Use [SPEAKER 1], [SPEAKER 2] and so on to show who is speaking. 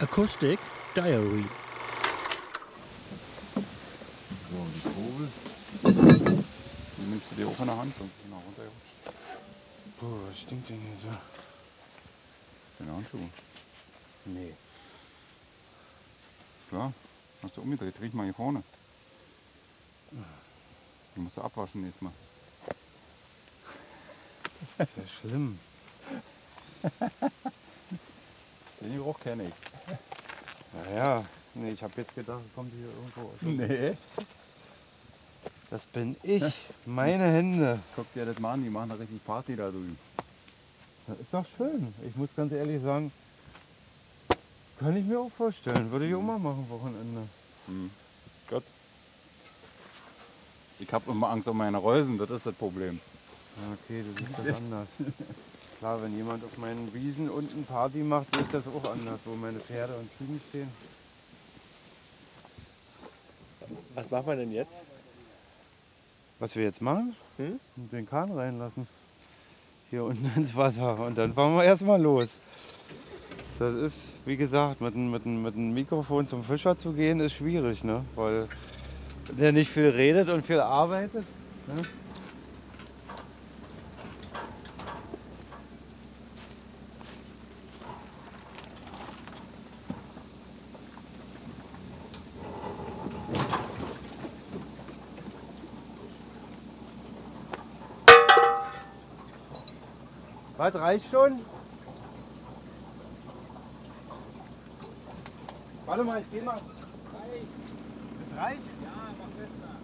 [SPEAKER 1] Acoustic Diary.
[SPEAKER 2] So, und die Kurbel. Die nimmst du dir auch in der Hand, sonst ist sie noch runtergerutscht.
[SPEAKER 3] Puh, was stinkt denn hier so?
[SPEAKER 2] Deine Handschuhe.
[SPEAKER 3] Nee.
[SPEAKER 2] Klar. Hast du umgedreht. Riech mal hier vorne. Die musst du abwaschen nächstes Mal.
[SPEAKER 3] Ist ja schlimm.
[SPEAKER 2] Den Geruch kenne ich.
[SPEAKER 3] Naja, nee, ich habe jetzt gedacht, kommt hier irgendwo aus.
[SPEAKER 2] Nee.
[SPEAKER 3] Das bin ich. Meine Hände.
[SPEAKER 2] Guck dir das mal an, die machen da richtig Party da drüben.
[SPEAKER 3] Das ist doch schön. Ich muss ganz ehrlich sagen, kann ich mir auch vorstellen. Würde ich auch mal machen Wochenende.
[SPEAKER 2] Hm. Gott. Ich habe immer Angst um meine Reusen, das ist das Problem.
[SPEAKER 3] Ja, Okay, das ist das anders. Klar, wenn jemand auf meinen Wiesen unten Party macht, sehe ich das auch anders, wo meine Pferde und Kühe stehen.
[SPEAKER 4] Was machen wir denn jetzt?
[SPEAKER 3] Was wir jetzt machen?
[SPEAKER 4] Hm?
[SPEAKER 3] Den Kahn reinlassen. Hier unten ins Wasser. Und dann fahren wir erstmal los. Das ist, wie gesagt, mit, einem- mit, einem- mit einem Mikrofon zum Fischer zu gehen, ist schwierig, ne? Weil der nicht viel redet und viel arbeitet. Ne? Was reicht schon? Warte mal, ich geh mal. Reicht? Reicht? Ja, mach fester.